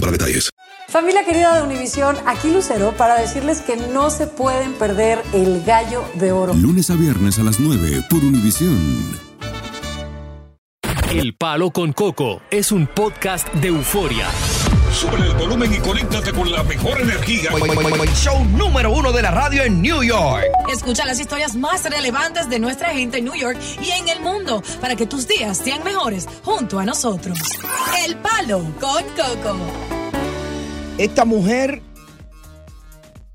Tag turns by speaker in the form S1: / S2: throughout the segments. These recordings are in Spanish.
S1: para detalles.
S2: Familia querida de Univisión, aquí Lucero para decirles que no se pueden perder el gallo de oro.
S3: Lunes a viernes a las 9 por Univisión.
S4: El Palo con Coco es un podcast de euforia.
S5: Sube el volumen y conéctate con la mejor energía.
S6: Show número uno de la radio en New York.
S7: Escucha las historias más relevantes de nuestra gente en New York y en el mundo para que tus días sean mejores junto a nosotros. El Palo con Coco.
S6: Esta mujer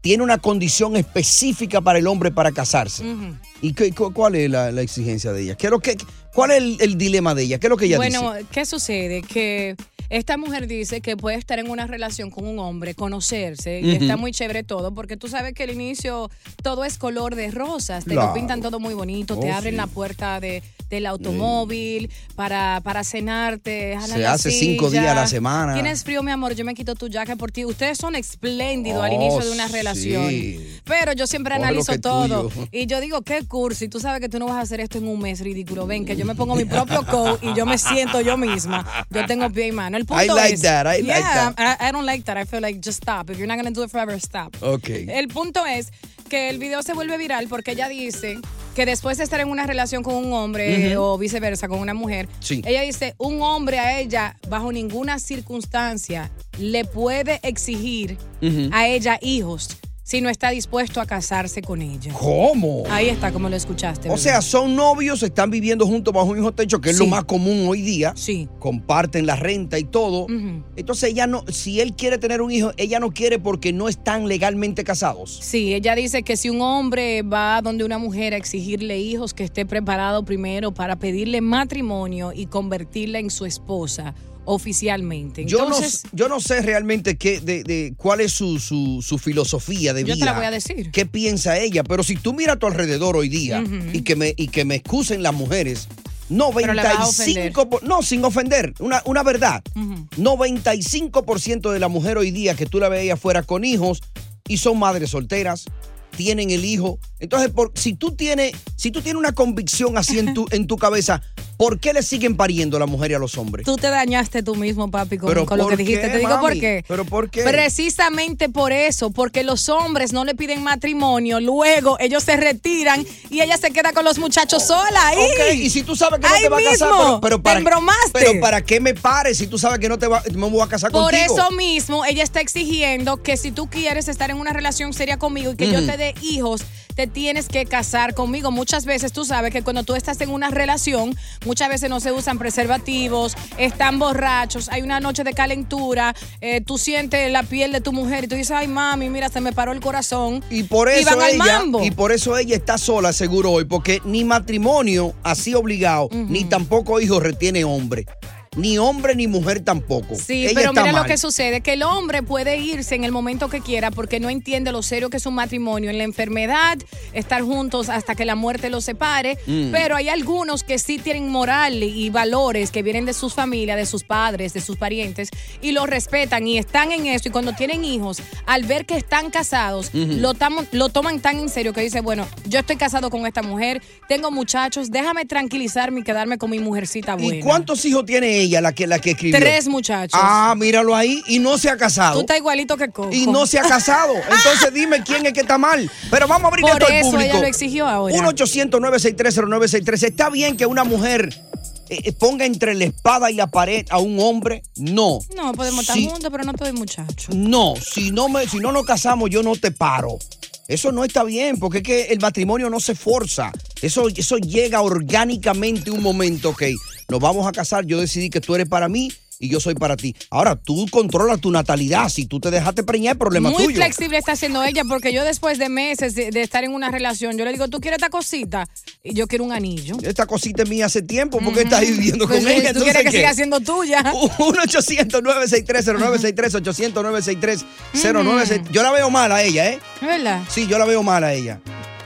S6: tiene una condición específica para el hombre para casarse.
S8: Ujú.
S6: ¿Y qué- cu- cuál es la, la exigencia de ella? ¿Qué es lo que, ¿Cuál es el, el dilema de ella? ¿Qué es lo que ella
S8: Bueno,
S6: dice?
S8: ¿qué sucede? Que esta mujer dice que puede estar en una relación con un hombre, conocerse, y
S6: Ujú.
S8: está muy chévere todo, porque tú sabes que al inicio todo es color de rosas, te
S9: Claro.
S8: lo pintan todo muy bonito, te
S9: Oh,
S8: abren
S9: sí.
S8: la puerta de, del automóvil para, para cenar, te dejan
S6: Se
S8: en la
S6: hace cinco
S8: silla.
S6: días a la semana.
S8: Tienes frío, mi amor, yo me quito tu jacket por ti. Ustedes son espléndidos al
S6: Oh,
S8: inicio de una
S6: sí.
S8: relación. Pero yo siempre
S6: Coge lo que
S8: analizo
S6: es
S8: todo.
S6: tuyo.
S8: Y yo digo, qué cursi. Tú sabes que tú no vas a hacer esto en un mes, ridículo. Ven, que yo me pongo mi propio coat y yo me siento yo misma. Yo tengo pie y mano. El punto
S6: I like
S8: es,
S6: that, I like
S8: yeah, I, I don't like that. I feel like, just stop. If you're not going to do it forever, stop.
S6: Ok.
S8: El punto es que el video se vuelve viral porque ella dice que después de estar en una relación con un hombre
S6: Ujú.
S8: o viceversa, con una mujer,
S6: Sí.
S8: ella dice, un hombre a ella, bajo ninguna circunstancia, le puede exigir
S6: Ujú.
S8: a ella hijos si no está dispuesto a casarse con ella.
S6: ¿Cómo?
S8: Ahí está, como lo escuchaste.
S6: O
S8: bebé.
S6: sea, son novios, están viviendo juntos bajo un mismo techo, que es lo
S8: Este, Sí.
S6: más común hoy día.
S8: Sí.
S6: Comparten la renta y todo.
S8: Ujú.
S6: Entonces ella no, si él quiere tener un hijo, ella no quiere porque no están legalmente casados.
S8: Sí, ella dice que si un hombre va donde una mujer a exigirle hijos, que esté preparado primero para pedirle matrimonio y convertirla en su esposa oficialmente.
S6: Yo, no
S8: Entonces,
S6: s- yo no, sé realmente qué, de, de cuál es su, su- su filosofía de
S8: Yo
S6: vida.
S8: te la voy a decir.
S6: ¿Qué piensa ella? Pero si tú miras a tu alrededor hoy día
S8: Ujú.
S6: y, que me, y que me excusen las mujeres,
S8: Pero la vas a ofender.
S6: 95%, por- no, sin ofender, una, una verdad.
S8: Ujú.
S6: 95% de la mujer hoy día que tú la veías fuera con hijos y son madres solteras, tienen el hijo. Entonces, por, si, tú tienes, si tú tienes una convicción así en tu, en tu cabeza, ¿por qué le siguen pariendo a la mujer y a los hombres?
S8: tú te dañaste tú mismo, papi, con,
S6: Pero
S8: con lo que
S6: ¿por
S8: dijiste.
S6: qué,
S8: Te digo por
S6: mami?
S8: qué.
S6: ¿Pero por qué?
S8: Precisamente por eso, porque los hombres no le piden matrimonio, luego ellos se retiran y ella se queda con los muchachos sola. Ahí.
S6: Oh, Ok, y si tú sabes que no
S8: Ahí
S6: te va a casar,
S8: mismo,
S6: pero, pero
S8: te
S6: para,
S8: embromaste.
S6: pero para qué me pares si tú sabes que no te va, me voy a casar
S8: Por
S6: contigo.
S8: eso mismo, ella está exigiendo que si tú quieres estar en una relación seria conmigo y que yo
S6: Ujú.
S8: te dé hijos, te tienes que casar conmigo. Muchas veces tú sabes que cuando tú estás en una relación, muchas veces no se usan preservativos, están borrachos, hay una noche de calentura, eh, tú sientes la piel de tu mujer y tú dices, ay mami, mira, se me paró el corazón.
S6: Y por eso
S8: van al
S6: ella,
S8: mambo.
S6: y por eso ella está sola, seguro hoy, porque ni matrimonio así obligado, ni tampoco hijo retiene hombre. Ni hombre ni mujer tampoco.
S8: Sí,
S6: Ella
S8: pero
S6: está
S8: mira lo
S6: mal.
S8: que sucede, que el hombre puede irse en el momento que quiera porque no entiende lo serio que es un matrimonio, en la enfermedad, estar juntos hasta que la muerte los separe,
S9: Mm.
S8: pero hay algunos que sí tienen moral y valores que vienen de sus familias, de sus padres, de sus parientes, y los respetan y están en eso, y cuando tienen hijos, al ver que están casados,
S9: Ujú.
S8: lo, tamo- lo toman tan en serio que dice, bueno, yo estoy casado con esta mujer, tengo muchachos, déjame tranquilizarme y quedarme con mi mujercita buena.
S6: ¿Y cuántos hijos tiene ella, la que, la que escribió?
S8: Tres muchachos.
S6: Ah, míralo ahí. Y no se ha
S8: Tú
S6: casado.
S8: estás igualito que Coco.
S6: Y no se ha casado. Entonces dime quién es que está mal. Pero vamos a abrir
S8: Por
S6: esto al
S8: eso
S6: público.
S8: ella lo exigió ahora.
S6: 1-800-963-0963. ¿Está bien que una mujer eh, eh, ponga entre la espada y la pared a un hombre? No.
S8: No, podemos estar
S6: Sí.
S8: juntos, pero no estoy muchacho.
S6: No, si no, me, si no nos casamos, yo no te paro. Eso no está bien, porque es que el matrimonio no se forza. Eso, eso llega orgánicamente un momento, ok, nos vamos a casar, yo decidí que tú eres para mí y yo soy para ti. Ahora, tú controlas tu natalidad. Si tú te dejaste preñar, es problema
S8: Muy
S6: tuyo.
S8: flexible está siendo ella porque yo después de meses de, de estar en una relación, yo le digo, tú quieres esta cosita y yo quiero un anillo.
S6: Esta cosita es mía hace tiempo porque estás viviendo
S8: Pues,
S6: con
S8: eh,
S6: ella.
S8: tú quieres
S6: Entonces,
S8: que
S6: ¿qué?
S8: siga siendo tuya.
S6: 1-800-963-0963, 800-963-0963. Yo la veo mal a ella, ¿eh?
S8: ¿Verdad?
S6: Sí, yo la veo mal a ella.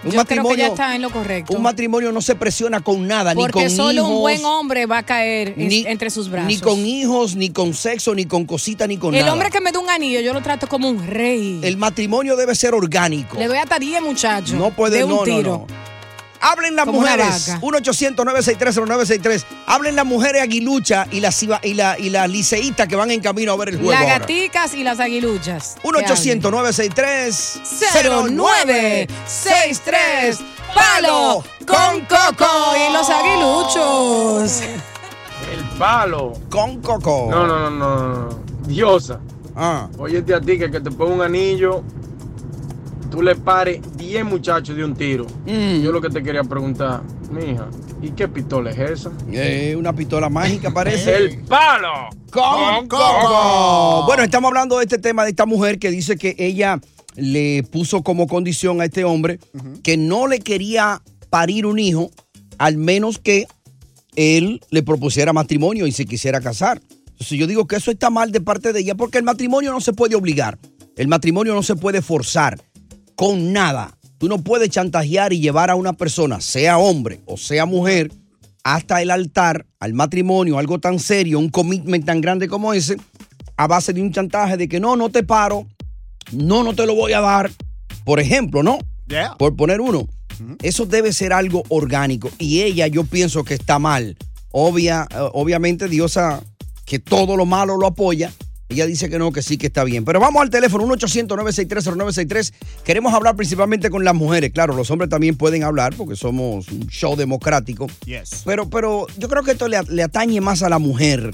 S6: Un
S8: yo creo que ella está en lo correcto.
S6: un matrimonio no se presiona con nada, ni
S8: porque
S6: con
S8: solo
S6: hijos,
S8: un buen hombre va a caer en-
S6: ni-
S8: entre sus brazos.
S6: Ni con hijos, ni con sexo, ni con cosita, ni con
S8: El
S6: nada.
S8: hombre que me da un anillo, yo lo trato como un rey.
S6: El matrimonio debe ser orgánico.
S8: Le doy hasta 10, muchachos.
S6: No puede,
S8: de un
S6: no, no,
S8: tiro.
S6: no. Hablen las
S8: Como una
S6: mujeres.
S8: vaca.
S6: 1-800-963-0963. Hablen las mujeres aguilucha y las iba- y la, y la liceísta que van en camino a ver el juego.
S8: Las
S6: ahora.
S8: gaticas y las aguiluchas. que hablen.
S6: 1-800-963-0963.
S8: 0963 Palo con Coco y los aguiluchos.
S9: El palo.
S6: Con Coco.
S9: No, no, no, no, no. Diosa.
S6: Ah,
S9: Óyete a ti que, que te ponga un anillo, tú le pares 10 muchachos de un tiro.
S6: Mm.
S9: Yo lo que te quería preguntar, mija, ¿y qué pistola es esa?
S6: eh, una pistola mágica parece.
S9: El palo.
S6: Con Coco. Bueno, estamos hablando de este tema de esta mujer que dice que ella le puso como condición a este hombre que no le quería parir un hijo al menos que él le propusiera matrimonio y se quisiera casar. Entonces yo digo que eso está mal de parte de ella porque el matrimonio no se puede obligar, el matrimonio no se puede forzar con nada. Tú no puedes chantajear y llevar a una persona, sea hombre o sea mujer, hasta el altar, al matrimonio, algo tan serio, un commitment tan grande como ese, a base de un chantaje de que no, no te paro, no, no te lo voy a dar. Por ejemplo, ¿no? Por poner uno. Eso debe ser algo orgánico. Y ella, yo pienso que está mal. Obvia, eh, obviamente, Diosa, que todo lo malo lo apoya. Ella dice que no, que sí, que está bien. Pero vamos al teléfono, 1-800-963-0963. Queremos hablar principalmente con las mujeres. Claro, los hombres también pueden hablar porque somos un show democrático. Pero, pero yo creo que esto le, a- le atañe más a la mujer.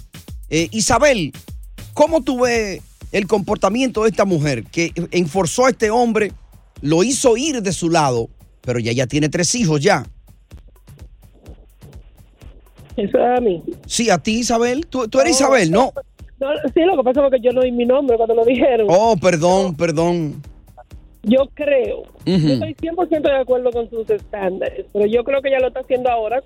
S6: Eh, Isabel, ¿cómo tú ves el comportamiento de esta mujer que enforzó a este hombre, lo hizo ir de su lado, pero ya ya tiene tres hijos ya?
S10: Eso es a mí.
S6: Sí, a ti, Isabel. Tú, tú eres
S10: Oh.
S6: Isabel, ¿no?
S10: No, sí, lo que pasa fue que yo no di mi nombre cuando lo dijeron.
S6: Oh, perdón, perdón.
S10: Yo creo.
S6: Ujú.
S10: Yo estoy 100% de acuerdo con sus estándares, pero yo creo que ella lo está haciendo ahora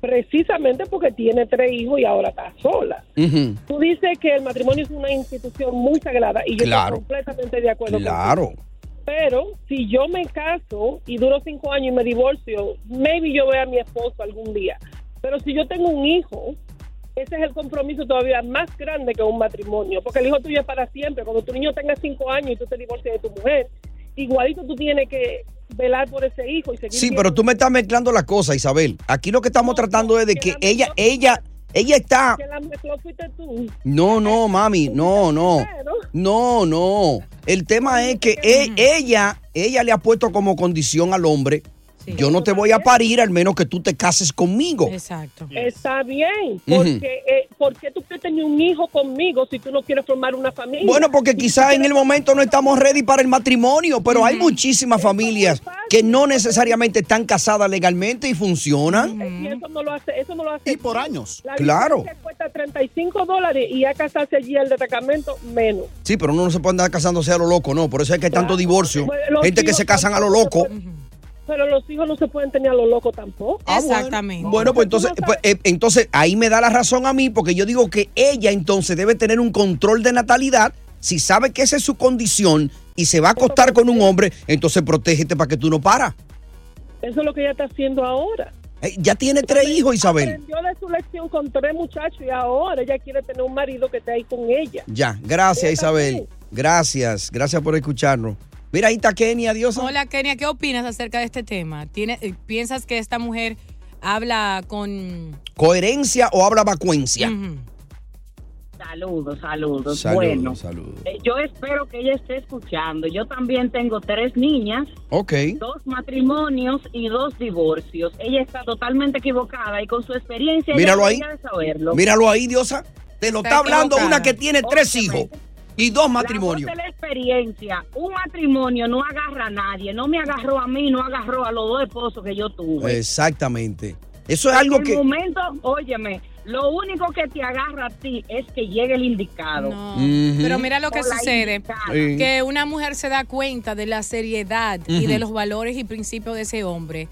S10: precisamente porque tiene tres hijos y ahora está sola.
S6: Ujú.
S10: Tú dices que el matrimonio es una institución muy sagrada y yo
S6: Claro.
S10: estoy completamente de acuerdo
S6: Claro.
S10: con Pero si yo me caso y duro cinco años y me divorcio, maybe yo vea a mi esposo algún día. Pero si yo tengo un hijo, ese es el compromiso todavía más grande que un matrimonio, porque el hijo tuyo es para siempre. Cuando tu niño tenga cinco años y tú te divorcias de tu mujer, igualito tú tienes que velar por ese hijo y seguir.
S6: Sí, pero tú me estás mezclando las cosas, Isabel. Aquí lo que estamos tratando es de que ella, ella, ella está...
S10: Que la mezcló fuiste tú.
S6: No, no, mami, no, no. No, no. El tema es que e- ella, ella le ha puesto como condición al hombre,
S8: Sí.
S6: yo no te voy a parir al menos que tú te cases conmigo.
S8: Exacto.
S10: Está bien, porque eh, ¿por qué tú quieres tener un hijo conmigo si tú no quieres formar una familia?
S6: Bueno, porque quizás en el momento no estamos ready para el matrimonio, pero hay muchísimas familias que no necesariamente están casadas legalmente y funcionan.
S10: Y eso no lo hace, eso no lo hace.
S11: Y por años.
S10: La
S6: Claro.
S10: licencia cuesta 35 dólares y a casarse allí el destacamento menos.
S6: Sí, pero uno no se puede andar casándose a lo loco, no. Por eso es que hay tanto divorcio.
S10: Bueno, los
S6: Gente que
S10: hijos
S6: se casan a lo
S10: tampoco
S6: loco.
S10: se pueden- Pero los hijos no se pueden tener a lo loco tampoco.
S6: Ah, bueno.
S8: Exactamente.
S6: Bueno, pues entonces,
S10: Tú no
S6: pues,
S10: sabes.
S6: eh, entonces ahí me da la razón a mí, porque yo digo que ella entonces debe tener un control de natalidad. Si sabe que esa es su condición y se va a acostar con un hombre, entonces protégete para que tú no paras.
S10: Eso es lo que ella está haciendo ahora.
S6: Eh, ya tiene tres hijos, Isabel.
S10: Aprendió de su lección con tres muchachos y ahora ella quiere tener un marido que esté ahí con ella.
S6: Ya, gracias,
S10: Ella
S6: Isabel.
S10: también.
S6: Gracias, gracias por escucharnos. Mira, ahí está Kenia, adiós.
S8: Hola, Kenia, ¿qué opinas acerca de este tema? ¿Tiene, eh, ¿Piensas que esta mujer habla con...
S6: ¿Coherencia o habla vacuencia?
S8: Ujú.
S12: Saludos, saludos.
S6: Saludos,
S12: bueno,
S6: saludos.
S12: eh, yo espero que ella esté escuchando. Yo también tengo tres niñas,
S6: Ok.
S12: dos matrimonios y dos divorcios. Ella está totalmente equivocada y con su experiencia ella
S6: Míralo ahí.
S12: debería de saberlo.
S6: Míralo ahí, Diosa. Te lo
S8: Está
S6: está hablando
S8: equivocada.
S6: una que tiene tres hijos y dos matrimonios.
S12: La, voz de la experiencia, un matrimonio no agarra a nadie. No me agarró a mí, no agarró a los dos esposos que yo tuve.
S6: Exactamente. Eh, Eso es algo
S12: el
S6: que.
S12: momento, óyeme, Lo único que te agarra a ti es que llegue el indicado.
S8: Ujú. Pero mira lo que
S12: O la
S8: sucede,
S12: indicada.
S6: Sí.
S8: que una mujer se da cuenta de la seriedad y
S6: Ujú.
S8: de los valores y principios de ese hombre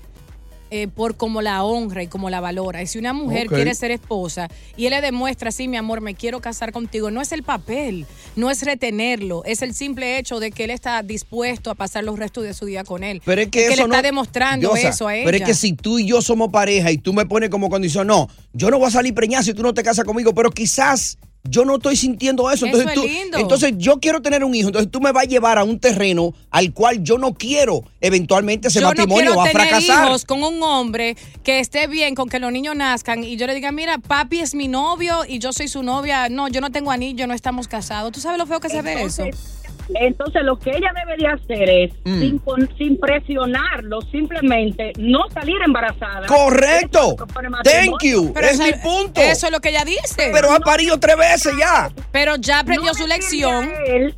S8: eh, por cómo la honra y cómo la valora. Y si una mujer
S11: Ok.
S8: quiere ser esposa y él le demuestra, sí, mi amor, me quiero casar contigo, no es el papel, no es retenerlo, es el simple hecho de que él está dispuesto a pasar los restos de su día con él.
S6: Pero es que
S8: le
S6: eso no-
S8: está demostrando
S6: Diosa,
S8: eso a ella.
S6: Pero es que si tú y yo somos pareja y tú me pones como condición, no, yo no voy a salir preñada si tú no te casas conmigo, pero quizás yo no estoy sintiendo
S8: Eso
S6: eso. Entonces,
S8: es
S6: tú,
S8: lindo.
S6: entonces yo quiero tener un hijo, entonces tú me vas a llevar a un terreno al cual yo no quiero. Eventualmente ese
S8: yo
S6: matrimonio
S8: no quiero
S6: va a
S8: tener
S6: fracasar.
S8: hijos con un hombre que esté bien con que los niños nazcan y yo le diga, mira, papi es mi novio y yo soy su novia. No, yo no tengo anillo, no estamos casados. ¿Tú sabes lo feo que se ve eso?
S12: Entonces lo que ella debe de hacer es,
S8: Mm.
S12: sin, pon- sin presionarlo, simplemente no salir embarazada.
S6: Correcto.
S12: Eso es lo que pone matrimonio.
S6: Thank you. es mi punto.
S8: Eso es lo que ella dice.
S6: Pero ha parido tres veces ya.
S8: Pero ya aprendió
S12: No
S8: su
S12: decirle a
S8: lección.
S12: él,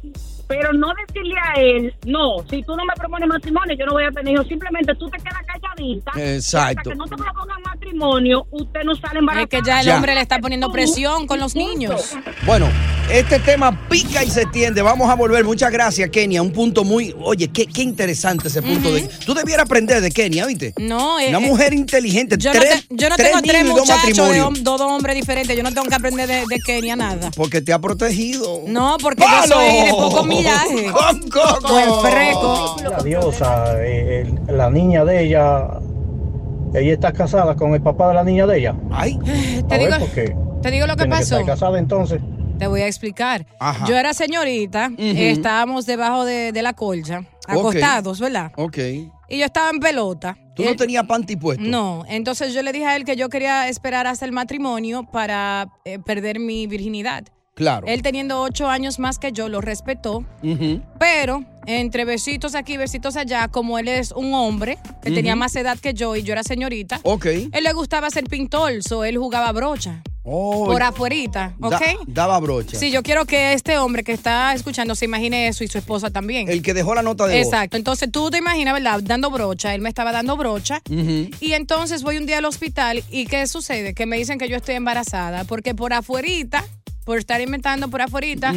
S12: pero no decirle a él, no, si tú no me propones matrimonio, yo no voy a tener hijos. Simplemente tú te quedas calladita.
S6: Exacto.
S12: Hasta que no te propongan matrimonio, usted no sale embarazada.
S8: Es que ya el
S6: Ya.
S8: hombre le está poniendo presión con los niños.
S6: Bueno, este tema pica y se extiende. Vamos a volver. Muchas gracias, Kenia. Un punto muy. Oye, qué, qué interesante ese punto. de... Tú debieras aprender de Kenia, ¿viste?
S8: No, eh,
S6: Una
S8: eh,
S6: mujer inteligente.
S8: Yo no,
S6: tres,
S8: te- yo no
S6: tres
S8: tengo tres
S6: niños y dos
S8: muchachos de
S6: matrimonios.
S8: hom- dos hombres diferentes. Yo no tengo que aprender de, de Kenia nada.
S6: Porque te ha protegido.
S8: No, porque yo soy de poco millaje.
S6: Con coco.
S8: Pues fresco.
S13: La diosa, eh, el- la niña de ella, ella está casada con el papá de la niña de ella.
S6: Ay,
S8: Te digo, te digo lo que pasó.
S13: casada entonces.
S8: Te voy a explicar.
S13: Ajá.
S8: Yo era señorita, eh, estábamos debajo de, de la colcha, acostados, ¿verdad?
S6: Ok.
S8: Y yo estaba en pelota.
S6: Tú no tenías panty puesto.
S8: Eh, No, entonces yo le dije a él que yo quería esperar hasta el matrimonio para eh, perder mi virginidad.
S6: Claro.
S8: Él teniendo ocho años más que yo, lo respetó,
S6: Ujú.
S8: pero entre besitos aquí, besitos allá, como él es un hombre que
S6: Ujú.
S8: tenía más edad que yo y yo era señorita,
S6: Ok.
S8: él le gustaba ser pintor, so él jugaba brocha
S6: Oh,
S8: por afuerita, ¿ok?
S6: da- daba brocha.
S8: Sí, yo quiero que este hombre que está escuchando se imagine eso y su esposa también.
S6: El que dejó la nota de voz.
S8: Exacto. Entonces tú te imaginas, ¿verdad? Dando brocha. Él me estaba dando brocha.
S6: Ujú.
S8: Y entonces voy un día al hospital y ¿qué sucede? Que me dicen que yo estoy embarazada porque por afuerita, por estar inventando por afuerita,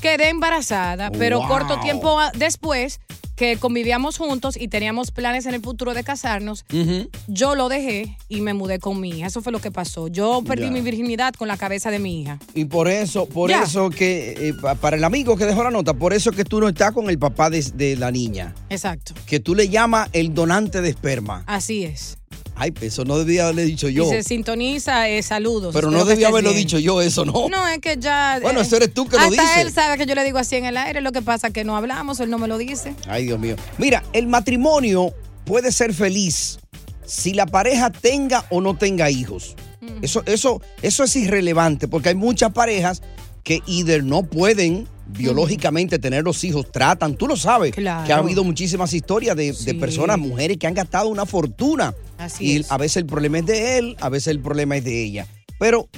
S8: quedé embarazada. Pero
S14: Wow.
S8: corto tiempo a- después que convivíamos juntos y teníamos planes en el futuro de casarnos,
S6: Mm.
S8: yo lo dejé y me mudé con mi hija. Eso fue lo que pasó. Yo perdí
S6: Ya.
S8: mi virginidad con la cabeza de mi hija.
S6: Y por eso, por
S8: Ya.
S6: eso que, eh, pa- para el amigo que dejó la nota, por eso que tú no estás con el papá de, de la niña,
S8: Exacto.
S6: que tú le llamas el donante de esperma.
S8: Así es.
S6: Ay, pues, eso no debía haberle dicho yo.
S8: Y se sintoniza, eh, saludos.
S6: Pero
S8: Espero
S6: no
S8: que
S6: debía
S8: estés
S6: haberlo
S8: bien.
S6: dicho yo, eso no.
S8: No, es que ya. eh,
S6: Bueno, eso eres tú que lo
S8: hasta
S6: dices.
S8: él sabe que yo le digo así en el aire. Lo que pasa es que no hablamos, él no me lo dice.
S6: Ay, Dios mío. Mira, el matrimonio puede ser feliz si la pareja tenga o no tenga hijos. Eso, eso, eso es irrelevante porque hay muchas parejas que either no pueden biológicamente tener los hijos, tratan, tú lo sabes, que ha habido muchísimas historias de, de personas, mujeres que han gastado una fortuna.
S8: Así
S6: y
S8: es.
S6: a veces el problema es de él, a veces el problema es de ella. Pero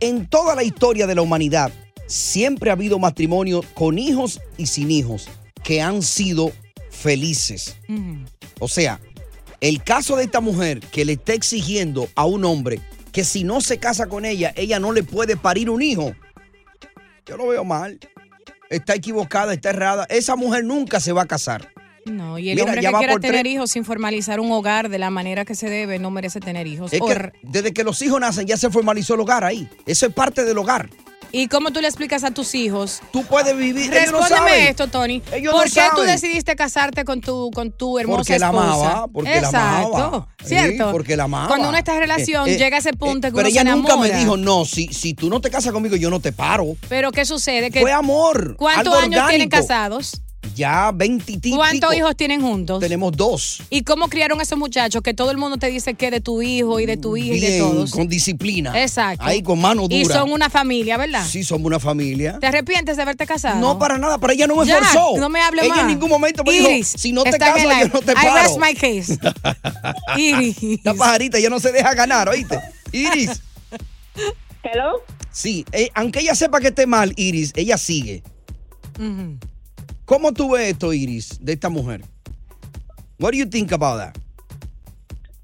S6: en toda la historia de la humanidad siempre ha habido matrimonios con hijos y sin hijos que han sido felices. O sea, el caso de esta mujer que le está exigiendo a un hombre que si no se casa con ella, ella no le puede parir un hijo. Yo lo veo mal. Está equivocada, está errada. Esa mujer nunca se va a casar.
S8: No, y el
S6: Mira,
S8: hombre
S6: ya
S8: que
S6: va
S8: quiera
S6: por
S8: tener
S6: tres.
S8: hijos sin formalizar un hogar de la manera que se debe no merece tener hijos.
S6: Es que
S8: Hor-
S6: desde que los hijos nacen ya se formalizó el hogar ahí. Eso es parte del hogar.
S8: ¿Y cómo tú le explicas a tus hijos?
S6: Tú puedes vivir. ellos no
S8: Respóndeme
S6: saben.
S8: esto, Tony.
S6: Ellos
S8: ¿Por
S6: no
S8: qué tú
S6: saben.
S8: decidiste casarte con tu, con tu hermosa
S6: Porque la
S8: esposa?
S6: amaba, porque la
S8: Exacto.
S6: amaba. Sí,
S8: ¿Cierto?
S6: porque la amaba.
S8: Cuando uno está en relación,
S6: Eh, eh,
S8: llega ese punto que
S6: Pero
S8: uno
S6: ella
S8: se
S6: nunca me
S8: enamora.
S6: dijo, no, si, si tú no te casas conmigo, yo no te paro.
S8: Pero ¿qué sucede? Que
S6: Fue amor.
S8: ¿Cuántos
S6: algo
S8: años tienen
S6: orgánico.
S8: casados?
S6: Ya 20
S8: ¿Cuántos hijos tienen juntos?
S6: Tenemos dos.
S8: ¿Y cómo criaron a esos muchachos? Que todo el mundo te dice que de tu hijo y de tu hija y de
S6: Bien,
S8: todos.
S6: con disciplina.
S8: Exacto.
S6: Ahí con mano dura.
S8: Y son una familia, ¿verdad?
S6: Sí, somos una familia.
S8: ¿Te arrepientes de haberte casado?
S6: No, para nada, pero ella no me
S8: Ya,
S6: forzó.
S8: No me hable
S6: Ella
S8: más.
S6: en ningún momento me dijo,
S8: Iris,
S6: si no te
S8: está en
S6: casas,
S8: el
S6: yo
S8: aire.
S6: no te
S8: I
S6: paro.
S8: rest my case. Iris.
S6: La pajarita ya no se deja ganar, ¿oíste? Iris.
S10: ¿Hello?
S6: Sí, eh, aunque ella sepa que esté mal, Iris, ella sigue.
S10: Ujú.
S6: ¿Cómo tú ves esto, Iris, de esta mujer? What do you think about that?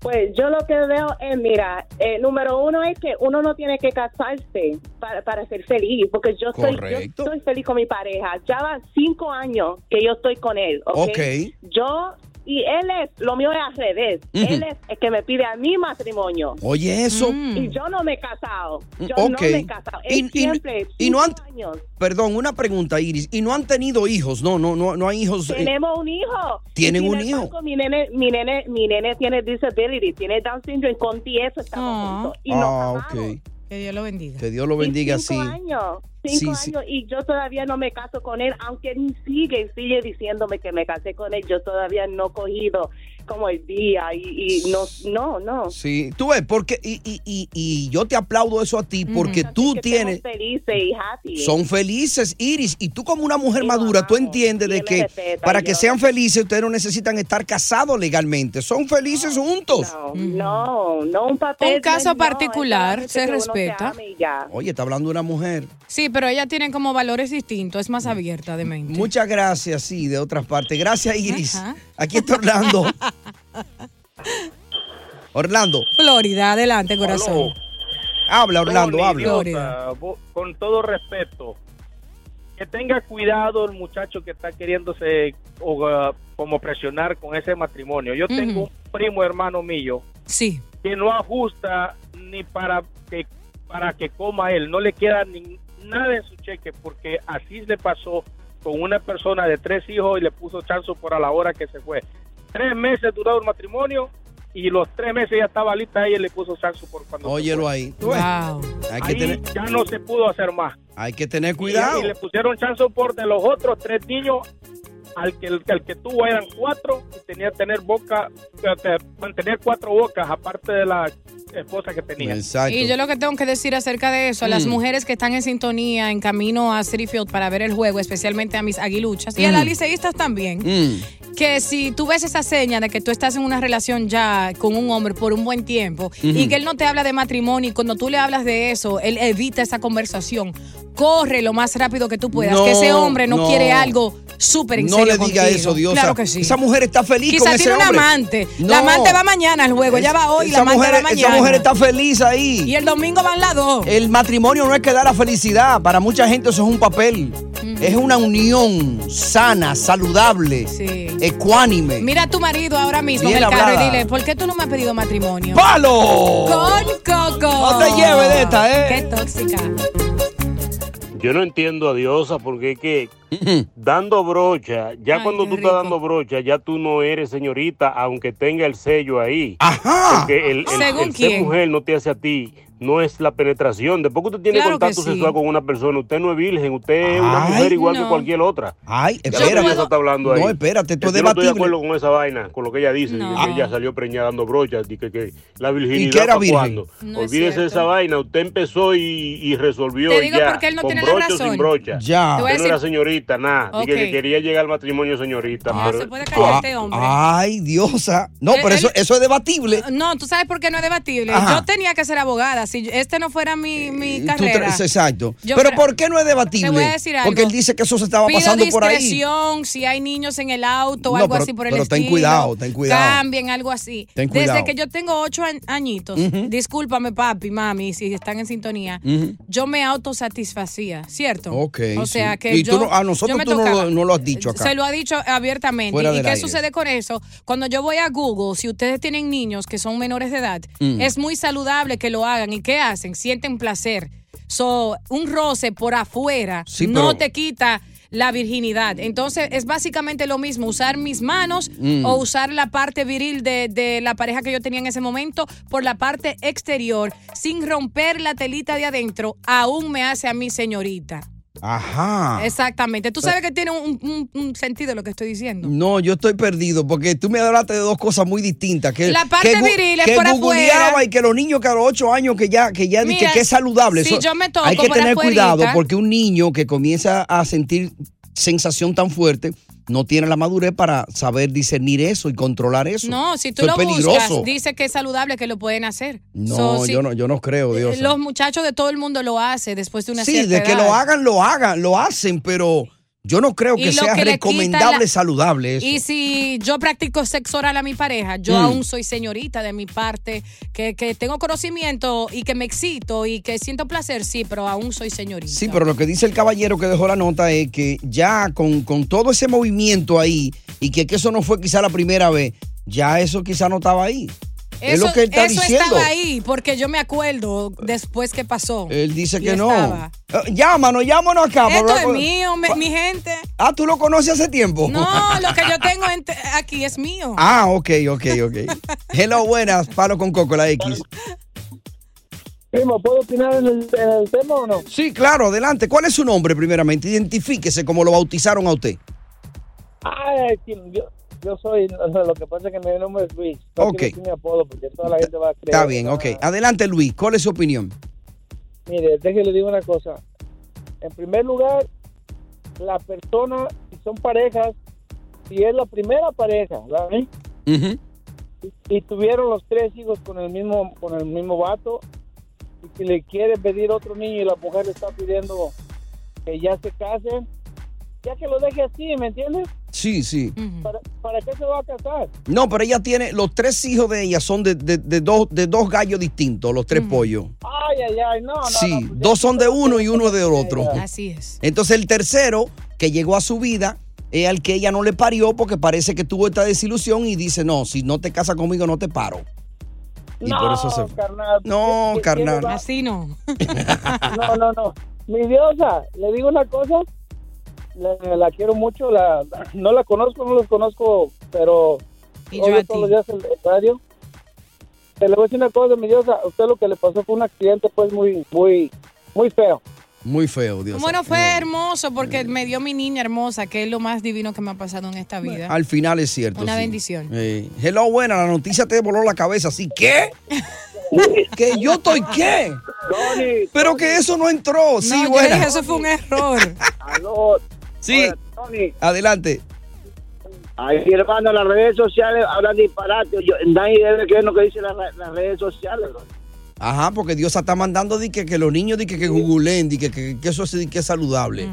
S11: Pues yo lo que veo es, mira, eh, número uno es que uno no tiene que casarse para, para ser feliz, porque yo soy, yo
S6: Correcto.
S11: estoy feliz con mi pareja. Ya van cinco años que yo estoy con él, ¿ok?
S6: Ok.
S11: Yo, y él es, lo mío es al revés.
S6: Ujú.
S11: Él es el que me pide a mi matrimonio.
S6: Oye, eso.
S11: Y yo no me he casado. Yo
S6: Ok.
S11: no me he casado. Él
S6: Y- y-
S11: siempre,
S6: y no
S11: cinco años.
S6: Perdón, una pregunta, Iris. ¿Y no han tenido hijos? No, no, no, no hay hijos. eh,
S11: Tenemos un hijo.
S6: Tienen
S11: Y sin
S6: un hijo.
S11: embargo, Mi nene, mi nene, mi nene tiene disability, tiene Down syndrome, con ti eso estamos juntos. Y no
S6: ah, ok.
S8: Que Dios lo bendiga.
S6: Que Dios lo bendiga, sí.
S11: cinco años, cinco
S6: Sí, sí.
S11: años y yo todavía no me caso con él, aunque él sigue y sigue diciéndome que me casé con él, yo todavía no he cogido como el día y, y no, no, no.
S6: Sí, tú ves, porque, y, y- y- y yo te aplaudo eso a ti, porque tú
S11: Que
S6: tienes,
S11: estemos felices y happy.
S6: son felices, Iris, y tú como una mujer madura, tú entiendes de
S11: él me
S6: que
S11: respeta,
S6: para que
S11: yo-
S6: sean felices ustedes no necesitan estar casados legalmente, son felices juntos.
S11: No, no un papel.
S8: Un caso
S11: no,
S8: particular,
S11: es solamente
S8: se
S11: que uno se
S8: respeta.
S11: ame y ya.
S6: Oye, está hablando una mujer.
S8: Sí, pero ella tiene como valores distintos, es más abierta de mente.
S6: Muchas gracias, sí, de otras partes. Gracias, Iris.
S8: Ajá.
S6: Aquí está Orlando. Orlando.
S8: Florida, adelante, corazón.
S6: Habla, Orlando,
S14: Tony,
S6: habla.
S14: idiota, vos- con todo respeto, que tenga cuidado el muchacho que está queriéndose o, ah, como presionar con ese matrimonio.
S6: Mm.
S14: Yo tengo
S8: Ujú.
S14: un primo hermano mío
S8: Sí.
S14: que no ajusta ni para que para que coma él, no le queda ni nada en su cheque porque así le pasó con una persona de tres hijos y le puso chanzo por a la hora que se fue. Tres meses duró el matrimonio y los tres meses ya estaba lista ella y le puso chanzo por cuando
S6: Óyelo ahí. Tú ves. Hay que
S14: Ahí
S6: tener...
S14: ya no se pudo hacer más.
S6: Hay que tener cuidado.
S14: Y, y le pusieron chanzo por de los otros tres niños al que, al que tuvo eran cuatro y tenía que tener boca, eh, mantener cuatro bocas aparte de la esposa que tenía.
S8: Y yo lo que tengo que decir acerca de eso, a las
S14: Mm.
S8: mujeres que están en sintonía en camino a City Field para ver el juego, especialmente a mis aguiluchas y a
S15: Mm.
S8: las liceístas también,
S16: 嗯
S6: Mm.
S8: que si tú ves esa seña de que tú estás en una relación ya con un hombre por un buen tiempo
S15: Ujú.
S8: y que él no te habla de matrimonio y cuando tú le hablas de eso, él evita esa conversación, corre lo más rápido que tú puedas,
S6: No,
S8: que ese hombre no,
S6: no.
S8: quiere algo súper en
S6: No
S8: serio
S6: le diga
S8: contigo.
S6: eso, Dios.
S8: Claro que sí.
S6: Esa mujer está feliz
S8: Quizá
S6: con ese
S8: tiene un
S6: hombre.
S8: amante.
S6: No.
S8: La amante va mañana al juego. Ella va hoy,
S6: Esa
S8: la amante
S6: mujer-
S8: va mañana.
S6: Esa mujer está feliz ahí. Y
S8: el domingo van las dos.
S6: El matrimonio no es que da la felicidad. Para mucha gente eso es un papel. Es una unión sana, saludable,
S8: Sí.
S6: ecuánime.
S8: Mira a tu marido ahora mismo
S6: Bien
S8: en el carro
S6: hablada.
S8: y dile, ¿por qué tú no me has pedido matrimonio?
S6: ¡Palo!
S8: Con Coco.
S6: Oh. No te lleves de esta, ¿eh?
S8: Qué tóxica.
S16: Yo no entiendo a Diosa porque es que dando brocha, ya cuando tú estás dando brocha, ya tú no eres señorita, aunque tenga el sello ahí.
S6: Ajá.
S16: Porque el, el-
S17: ¿Según
S16: el ser
S17: quién?
S16: mujer no te hace a ti, no es la penetración. Después que usted tiene
S17: Claro que
S16: contacto
S17: sí.
S16: sexual con una persona, usted no es virgen, usted es una mujer igual que no. cualquier otra.
S6: Ay,
S16: Ya lo
S6: espérate.
S16: que Diosa está hablando ahí.
S6: No, espérate, esto
S16: Yo
S6: es
S16: no estoy de
S6: debatible.
S16: acuerdo con esa vaina, con lo que ella dice,
S6: No.
S16: de que ella salió preñada dando brochas, y que, que la virginidad
S6: que era
S16: ¿pa'
S6: virgen.
S16: cuándo?
S8: No es
S16: Olvídese de
S8: cierto.
S16: esa vaina, usted empezó y, y resolvió
S8: Te digo
S16: ya,
S8: porque él no
S16: con
S8: tiene la
S16: brocha o
S8: razón.
S16: sin brocha.
S8: Ya. Te voy a
S16: Usted no
S8: decir-
S16: era señorita, nada, Dije
S8: Ok.
S16: que quería llegar al matrimonio señorita, pero
S8: callar este hombre.
S6: Ay, diosa. No,
S8: Él-
S6: pero eso,
S8: él-
S6: eso es debatible.
S8: No, tú sabes por qué no es debatible.
S6: Ajá. Eh,
S8: Yo tenía que ser abogada. Si este no fuera mi, mi
S6: Tú
S8: carrera.
S6: tra- Exacto.
S8: Ah, Yo
S6: pero
S8: fra-
S6: ¿por qué no es debatible?
S8: Te voy a decir algo.
S6: Porque él dice que eso se estaba
S8: Pido
S6: pasando por ahí.
S8: discreción, si hay niños en el auto o
S6: No,
S8: algo
S6: pero-
S8: así por el
S6: pero ten
S8: estilo.
S6: cuidado, ten cuidado.
S8: Cambien, algo así.
S6: Ten
S8: Desde
S6: cuidado.
S8: que yo tengo ocho a- añitos,
S6: Ujú.
S8: discúlpame papi, mami, si están en sintonía,
S6: Ujú.
S8: yo me autosatisfacía, ¿cierto?
S6: Ok,
S8: O sea
S6: sí.
S8: que
S6: y
S8: yo,
S6: tú no- a
S8: yo
S6: nosotros
S8: me
S6: tú no
S8: tocaba.
S6: lo, no lo has dicho acá.
S8: Se lo ha dicho abiertamente.
S6: Fuera
S8: ¿Y
S6: del
S8: qué
S6: aire.
S8: sucede con eso? Cuando yo voy a Google, si ustedes tienen niños que son menores de edad,
S15: Mm.
S8: es muy saludable que lo hagan. ¿Y qué hacen? Sienten placer. So, un roce por afuera
S15: Sí,
S8: no
S15: pero-
S8: te quita la virginidad. Entonces, es básicamente lo mismo, usar mis manos
S15: Mm.
S8: o usar la parte viril de, de la pareja que yo tenía en ese momento por la parte exterior, sin romper la telita de adentro, aún me hace a mi señorita.
S6: Ajá.
S8: Exactamente. Tú sabes que tiene un, un- un sentido lo que estoy diciendo.
S6: No, yo estoy perdido porque tú me hablaste de dos cosas muy distintas. Que,
S8: La parte
S6: que gu-
S8: viril es
S6: que
S8: por
S6: googleaba
S8: afuera.
S6: y que los niños que a los ocho años que ya, que ya di
S8: Mira,
S6: que, que es saludable.
S8: si
S6: Eso-
S8: yo me toco
S6: hay que
S8: por
S6: tener
S8: afuerita.
S6: cuidado porque un niño que comienza a sentir sensación tan fuerte no tiene la madurez para saber discernir eso y controlar eso.
S8: No, si tú
S6: Eso
S8: lo
S6: es peligroso.
S8: buscas, dice que es saludable que lo pueden hacer.
S6: no,
S8: So, si-
S6: yo no, yo no creo, Dios.
S8: Los muchachos de todo el mundo lo hacen después de una
S6: Sí,
S8: cierta
S6: de que
S8: edad.
S6: lo hagan, lo hagan, lo hacen, pero Yo no creo
S8: Y
S6: que
S8: lo
S6: sea
S8: que le quita
S6: recomendable
S8: la-
S6: saludable eso.
S8: Y si yo practico sexo oral a mi pareja, yo
S6: Mm.
S8: aún soy señorita de mi parte, que, que tengo conocimiento y que me excito y que siento placer, sí, pero aún soy señorita.
S6: Sí, pero lo que dice el caballero que dejó la nota es que ya con, con todo ese movimiento ahí y que, que eso no fue quizá la primera vez, ya eso quizá no estaba ahí. es lo que él está
S8: eso
S6: diciendo.
S8: estaba ahí, porque yo me acuerdo después que pasó.
S6: Él dice
S8: Y
S6: que no.
S8: estaba.
S6: Eh, Llámanos, llámanos acá. para
S8: Esto
S6: hablar
S8: es
S6: con-
S8: mío, me- mi gente.
S6: Ah, tú lo conoces hace tiempo.
S8: No, lo que yo tengo ente- aquí es mío.
S6: Ah, ok, ok, ok. Hello, buenas, palo con coco, la X.
S15: Primo, ¿puedo opinar en el, en el tema o no?
S6: Sí, claro, adelante. ¿Cuál es su nombre primeramente? Identifíquese como lo bautizaron a usted.
S15: Ay, sí, yo, yo soy, o sea, lo que pasa es que mi nombre es Luis. No
S6: Ok.
S15: quiero decir mi apodo porque toda la gente va a creer.
S6: Está bien, ok. Adelante, Luis, ¿cuál es su opinión?
S15: Mire, déjele digo una cosa. En primer lugar, la persona, si son parejas, si es la primera pareja, ¿verdad? y tuvieron los tres hijos con el mismo con el mismo vato y que le quiere pedir otro niño y la mujer le está pidiendo que ya se casen ya que lo deje así ¿me entiendes?
S6: Sí, sí.
S15: ¿Para, para qué se va a casar?
S6: No, pero ella tiene, los tres hijos de ella son de, de- de dos, de dos gallos distintos, los tres pollos.
S15: ay ay ay no pues, no
S6: sí, dos son de uno y uno del otro.
S8: Así es.
S6: Entonces el tercero que llegó a su vida es al que ella no le parió porque parece que tuvo esta desilusión y dice, no, si no te casas conmigo no te paro. Y
S15: no,
S6: por eso se...
S15: carnal,
S6: No,
S15: ¿qué- qué-
S6: carnal.
S15: qué le va-
S8: Así no.
S15: no no no mi diosa le digo una cosa la, la quiero mucho la no la conozco no los conozco pero
S8: Y yo
S15: oigo
S8: a ti.
S15: todos los días el radio Te le voy a decir una cosa, mi diosa. A usted lo que le pasó fue un accidente, pues, muy, muy, muy feo.
S6: Muy feo, Dios.
S8: Bueno, fue hermoso porque me dio mi niña hermosa, que es lo más divino que me ha pasado en esta vida.
S6: Al final es cierto.
S8: Una
S6: sí.
S8: bendición.
S6: Eh, hello, buena, la noticia te voló la cabeza, así que... ¿Que yo estoy qué? Pero que eso no entró. Sí,
S8: yo
S6: buena.
S8: dije, eso fue un error.
S6: Sí. Adelante.
S17: Ay, hermano, las redes sociales hablan disparate. Yo, nadie debe creer lo que dicen las, las redes sociales. bro.
S6: Ajá, porque Dios está mandando di que, que los niños di que, que googleen, di que, que, que eso es, di que es saludable.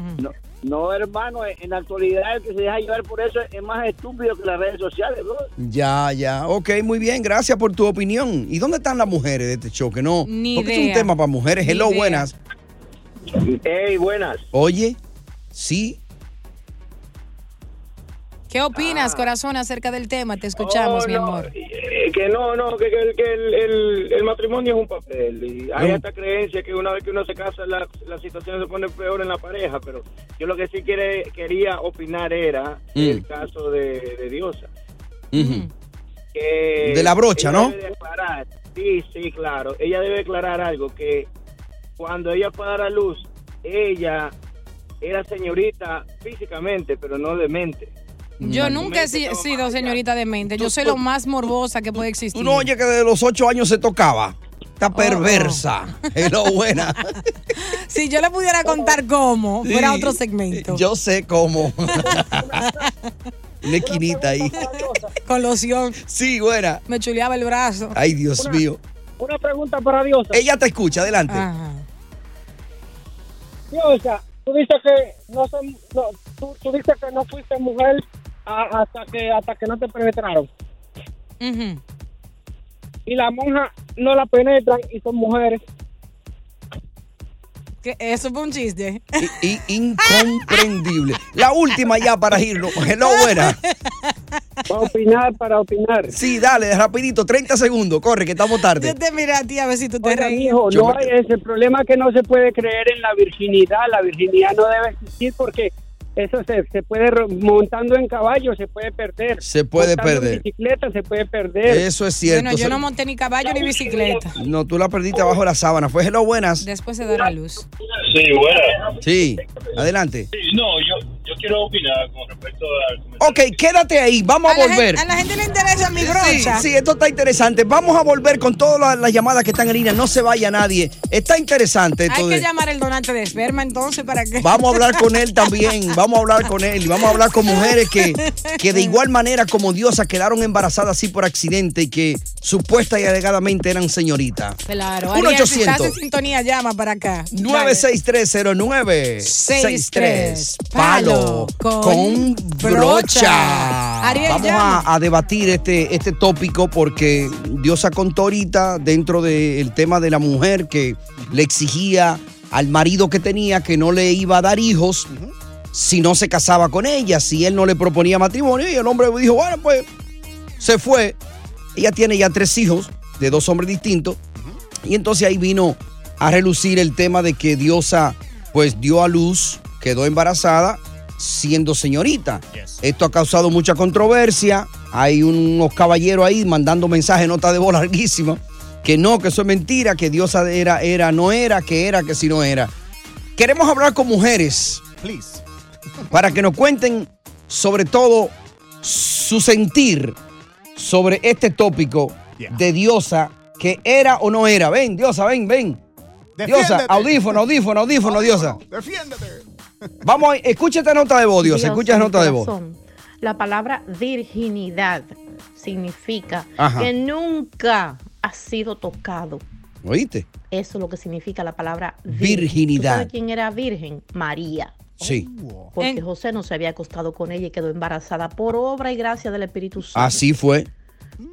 S17: No, hermano, en en la actualidad el que se deja llevar por eso es más estúpido que las redes sociales, bro.
S6: Ya, ya. Ok, muy bien. Gracias por tu opinión. ¿Y dónde están las mujeres de este show? Que no.
S17: Ni
S6: porque es
S17: idea.
S6: un tema para mujeres.
S17: Ni
S6: Hello,
S17: idea.
S6: buenas.
S17: Ey, buenas.
S6: Oye, sí.
S8: ¿Qué opinas, corazón, acerca del tema? Te escuchamos,
S9: Oh,
S8: mi
S9: no.
S8: amor.
S9: Eh, que no, no, que, que- que el, el- el matrimonio es un papel. Y hay
S6: Mm.
S9: esta creencia que una vez que uno se casa, la, la situación se pone peor en la pareja. Pero yo lo que sí quiere, quería opinar era el
S6: Mm.
S9: caso de, de Diosa.
S6: Ujú.
S9: que
S6: De la brocha,
S9: ella
S6: ¿no?
S9: debe declarar. Sí, sí, claro. Ella debe declarar algo que cuando ella fue a dar a luz, ella era señorita físicamente, pero no de mente.
S6: Mm.
S8: Yo nunca he si- sido señorita de mente. Yo soy lo más morbosa que puede existir.
S6: Tú no oyes que desde los ocho años se tocaba. Está perversa. Hello, buenas.
S8: Si yo le pudiera contar cómo,
S6: Sí.
S8: fuera otro segmento.
S6: Yo sé cómo. Una esquinita ahí.
S8: Con loción.
S6: Sí, buena.
S8: Me chuleaba el brazo.
S6: Ay, Dios mío.
S15: Una pregunta para Dios.
S6: Ella te escucha, adelante.
S15: Diosa, tú dices que no, son- no, tú, tú dices que no fuiste mujer a- hasta que hasta que no te penetraron. Y la monja no la penetran y son mujeres.
S8: Que Eso fue un chiste.
S6: I- incomprendible. La última ya para irnos. Hello, buena.
S15: Para opinar, para opinar.
S6: Sí, dale, rapidito, 30 segundos. Corre, que estamos tarde.
S8: Yo te miré a ti a ver si tú te
S15: Oiga,
S8: reí.
S15: mijo,
S6: Yo
S15: no
S6: me-
S15: hay- es el problema es que no se puede creer en la virginidad. La virginidad no debe existir porque eso se, se puede ro- montando en caballo se puede perder.
S6: Se puede
S15: Montando en
S6: perder.
S15: bicicleta se puede perder.
S6: Eso es cierto.
S8: Bueno, yo
S6: Se-
S8: no monté ni caballo ni bicicleta.
S6: No, tú la perdiste abajo de la sábana. Fue hello, buenas.
S8: Después se da la luz.
S18: Sí, buena.
S6: Sí, adelante.
S18: No, yo, yo quiero opinar con respecto al...
S6: Ok, quédate ahí, vamos a,
S8: la
S6: volver.
S8: gente- a la gente le interesa mi brocha.
S6: Sí, sí, esto está interesante. Vamos a volver con todas las, las llamadas que están en línea. No se vaya nadie. Está interesante esto.
S8: Hay que
S6: de-
S8: llamar al donante de esperma entonces para que.
S6: Vamos a hablar con él también. Vamos a hablar con él y vamos a hablar con mujeres que, que de igual manera como Diosa quedaron embarazadas así por accidente y que supuesta y alegadamente eran señoritas.
S8: Claro,
S6: 1
S8: Ariel, si estás
S6: 800
S8: en sintonía, llama para acá.
S6: 9630963
S8: Palo con
S6: Palo con brocha.
S8: Ariel,
S6: Vamos
S8: llama.
S6: a, a debatir este, este tópico porque Diosa contó ahorita dentro del tema de la mujer que le exigía al marido que tenía que no le iba a dar hijos si no se casaba con ella, si él no le proponía matrimonio y el hombre dijo, bueno, pues se fue. Ella tiene ya tres hijos de dos hombres distintos. Y entonces ahí vino a relucir el tema de que Diosa, pues dio a luz, quedó embarazada siendo señorita. Esto ha causado mucha controversia. Hay unos caballeros ahí mandando mensajes, nota de voz larguísima, que no, que eso es mentira, que Diosa era, era, no era, que era, que si no era. Queremos hablar con mujeres
S19: Please.
S6: para que nos cuenten sobre todo su sentir sobre este tópico de diosa que era o no era. Ven, diosa, ven, ven. Diosa,
S19: Defiéndete.
S6: audífono, audífono, audífono, diosa.
S19: Defiéndete.
S6: Vamos, a- escucha esta nota de voz, diosa,
S20: Dios,
S6: escucha esta
S20: mi
S6: nota de voz.
S20: corazón. La palabra virginidad significa
S6: Ajá.
S20: que nunca ha sido tocado.
S6: ¿Oíste?
S20: Eso es lo que significa la palabra virgen. ¿Tú
S6: Virginidad.
S20: sabes quién era virgen? María.
S6: Sí.
S8: Oh.
S20: Porque José no se había acostado con ella y quedó embarazada por obra y gracia del Espíritu Santo.
S6: Así fue.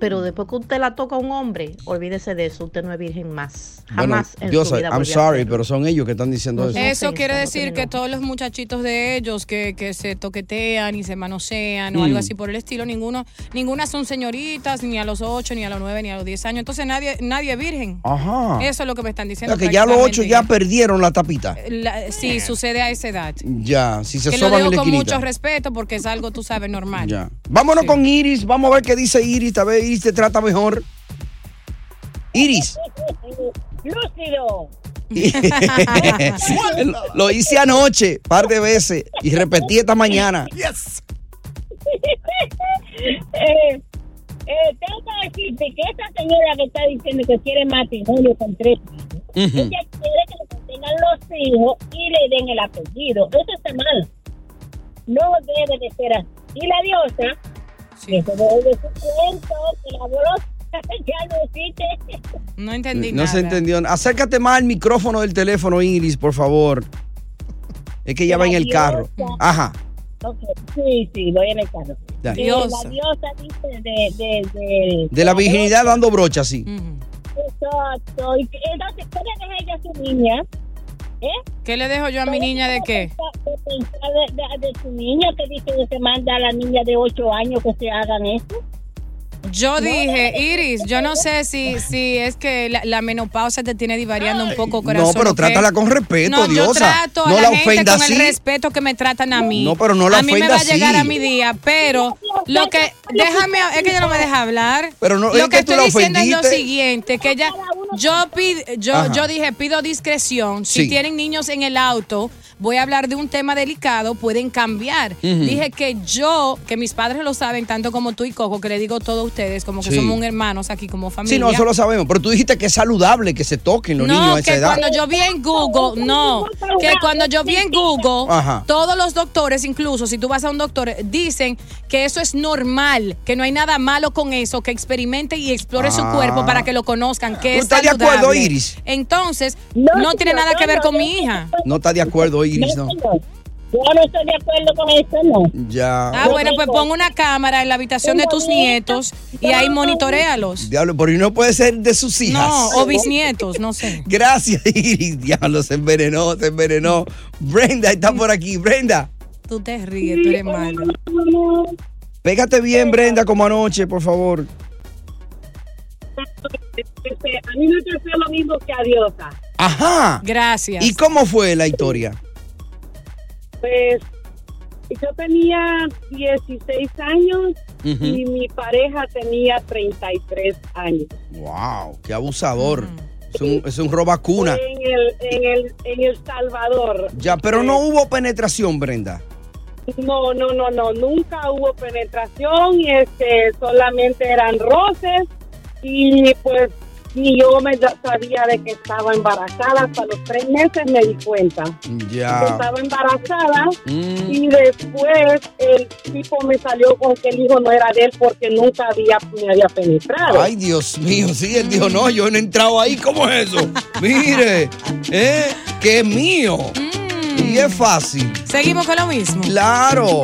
S20: Pero después que usted la toca a un hombre, olvídese de eso, usted no es virgen más.
S6: Bueno,
S20: Jamás en su
S6: diosa,
S20: vida
S6: I'm
S20: volvió a
S6: sorry, pero son ellos que están diciendo eso.
S8: Eso quiere decir que todos los muchachitos de ellos que, que se toquetean y se manosean o
S6: Mm.
S8: algo así por el estilo, ninguno, ninguna son señoritas, ni a los 8, ni a los 9, ni a los 10 años. Entonces nadie, nadie es virgen.
S6: Ajá.
S8: Eso es lo que me están
S6: O
S8: diciendo.
S6: sea, que ya los ocho ya
S8: prácticamente.
S6: perdieron la tapita.
S8: La- sí, sucede a esa edad.
S6: Ya, si se
S8: que lo
S6: soban
S8: digo
S6: en la
S8: con mucho
S6: esquinita.
S8: respeto porque es algo, tú sabes, normal.
S6: Ya. Vámonos con Iris, vamos a ver qué dice Iris, a ver, Iris te trata mejor. Iris.
S21: Lúcido.
S6: Lo hice anoche, par de veces, y repetí esta mañana.
S19: Yes.
S21: eh, eh, tengo que decirte que esa señora que está diciendo que quiere matrimonio con tres hijos, ella quiere que le tengan los hijos y le den el apellido. Eso está mal. No debe de ser así. Y la diosa, que se debe de su cuento, que la voz ya lo hiciste.
S8: No entendí
S6: No
S8: nada.
S6: se entendió. Acércate más al micrófono del teléfono, Iris, por favor. Es que ya va en el carro. Ajá.
S21: Ok, Sí, sí, voy en el carro.
S6: Ya.
S21: Eh, La diosa dice de- de, de,
S6: De la virginidad dando brocha, sí.
S8: Mm,
S21: Exacto. Y que- Entonces, ¿qué le deja ella a su niña? ¿Eh?
S8: ¿Qué le dejo yo a mi niña de qué?
S21: De, pensar de, de- de su niña que dice que se manda a la niña de 8 años que se hagan eso.
S8: Yo
S21: No,
S8: dije, Iris, yo no sé si, si es que la, la menopausia te tiene divariando un poco, corazón.
S6: No, pero
S8: ¿ok?
S6: trátala con respeto,
S8: No, yo
S6: diosa.
S8: trato a
S6: No
S8: la,
S6: la
S8: gente
S6: ofenda
S8: con el
S6: así.
S8: respeto que me tratan a mí.
S6: No, pero no la
S8: A mí me
S6: ofenda
S8: va a llegar
S6: así.
S8: a mi día, pero lo que... Déjame... Es que ella no me deja hablar.
S6: Pero no- es
S8: lo
S6: que
S8: que
S6: tú
S8: estoy
S6: la
S8: diciendo es lo
S6: ofendiste.
S8: siguiente, que ella... Yo, pid- yo,
S6: Ajá.
S8: yo dije, pido discreción. Si
S6: Sí.
S8: tienen niños en el auto, voy a hablar de un tema delicado, pueden cambiar.
S6: Ujú.
S8: Dije que yo, que mis padres lo saben, tanto como tú y Coco, que le digo todo a ustedes, como que
S6: Sí.
S8: somos un hermanos aquí como familia.
S6: Sí, no, eso lo sabemos. Pero tú dijiste que es saludable que se toquen los
S8: No,
S6: niños a
S8: que
S6: esa edad.
S8: cuando yo vi en Google, no, que cuando yo vi en Google,
S6: Ajá.
S8: todos los doctores, incluso si tú vas a un doctor, dicen que eso es normal, que no hay nada malo con eso, que experimente y explore su
S6: Ah.
S8: cuerpo para que lo conozcan, que es
S6: estás de
S8: saludable.
S6: acuerdo, Iris?
S8: Entonces,
S21: No,
S8: no, tiene
S21: no,
S8: nada que
S21: no,
S8: ver
S21: no,
S8: con
S21: no,
S8: mi hija.
S6: No está de acuerdo, Iris, no.
S21: Yo no estoy de acuerdo con eso, no.
S6: Ya.
S8: Ah, bueno, pues pon una cámara en la habitación de tus nietos y ahí monitorealos.
S6: Diablo, pero no puede ser de sus hijas.
S8: No, o bisnietos, no sé.
S6: Gracias, Iris. Diablo, se envenenó, se envenenó. Brenda está por aquí. Brenda,
S8: Tú te ríes, tú eres malo.
S6: pégate bien, Brenda, como anoche, por favor.
S21: Este, a mí me pasó lo mismo que a Diosa.
S6: Ajá.
S8: Gracias.
S6: ¿Y cómo fue la historia?
S21: Pues yo tenía 16 años
S6: Ujú.
S21: y mi pareja tenía 33 años.
S6: Wow, qué abusador. Es un, es un robacuna.
S21: Fue En el, en, el, en el Salvador.
S6: Ya, pero no hubo penetración, Brenda.
S21: No, no, no, no, nunca hubo penetración, este, solamente eran roces y pues
S11: Y yo me da- sabía de que estaba embarazada. Hasta los tres meses me di cuenta que
S6: Ya.
S11: estaba embarazada.
S6: Mm.
S11: Y después el tipo me salió con que el hijo no era de él porque nunca había, me había penetrado.
S6: Ay, Dios mío, sí, él dijo, no, yo no he entrado ahí, ¿cómo es eso? Mire, ¿eh? Que es mío.
S8: Mm.
S6: Y es fácil.
S8: Seguimos con lo mismo.
S6: Claro.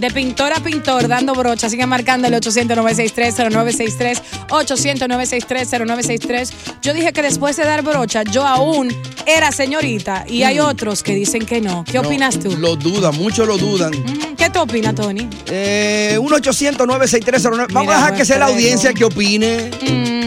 S8: De pintor a pintor, dando brocha. Sigue marcando el 800-963-0963. 800-963-0963. Yo dije que después de dar brocha, yo aún era señorita. Y hay
S6: Mm.
S8: otros que dicen que no. ¿Qué opinas tú?
S6: Lo dudan, muchos lo dudan.
S8: ¿Qué tú opinas, Tony?
S6: Eh, 1-800-963-09. Vamos a dejar que sea la audiencia que opine.
S8: Mm.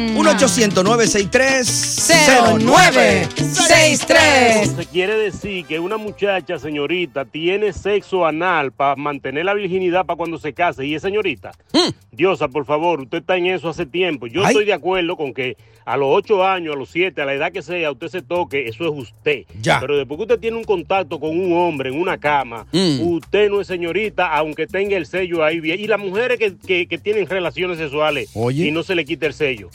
S6: 1-800-963-0963.
S16: Se quiere decir que una muchacha, señorita, tiene sexo anal para mantener la virginidad para cuando se case y es señorita.
S6: Hmm.
S16: Diosa, por favor, usted está en eso hace tiempo. Yo estoy de acuerdo con que a los ocho años, a los siete, a la edad que sea, usted se toque, eso es usted.
S19: Ya.
S16: Pero después que usted tiene un contacto con un hombre en una cama,
S6: Hmm.
S19: Mm.
S16: usted no es señorita, aunque tenga el sello ahí bien. Y las mujeres que, que- que tienen relaciones sexuales
S6: Oye.
S16: y no se le quita el sello.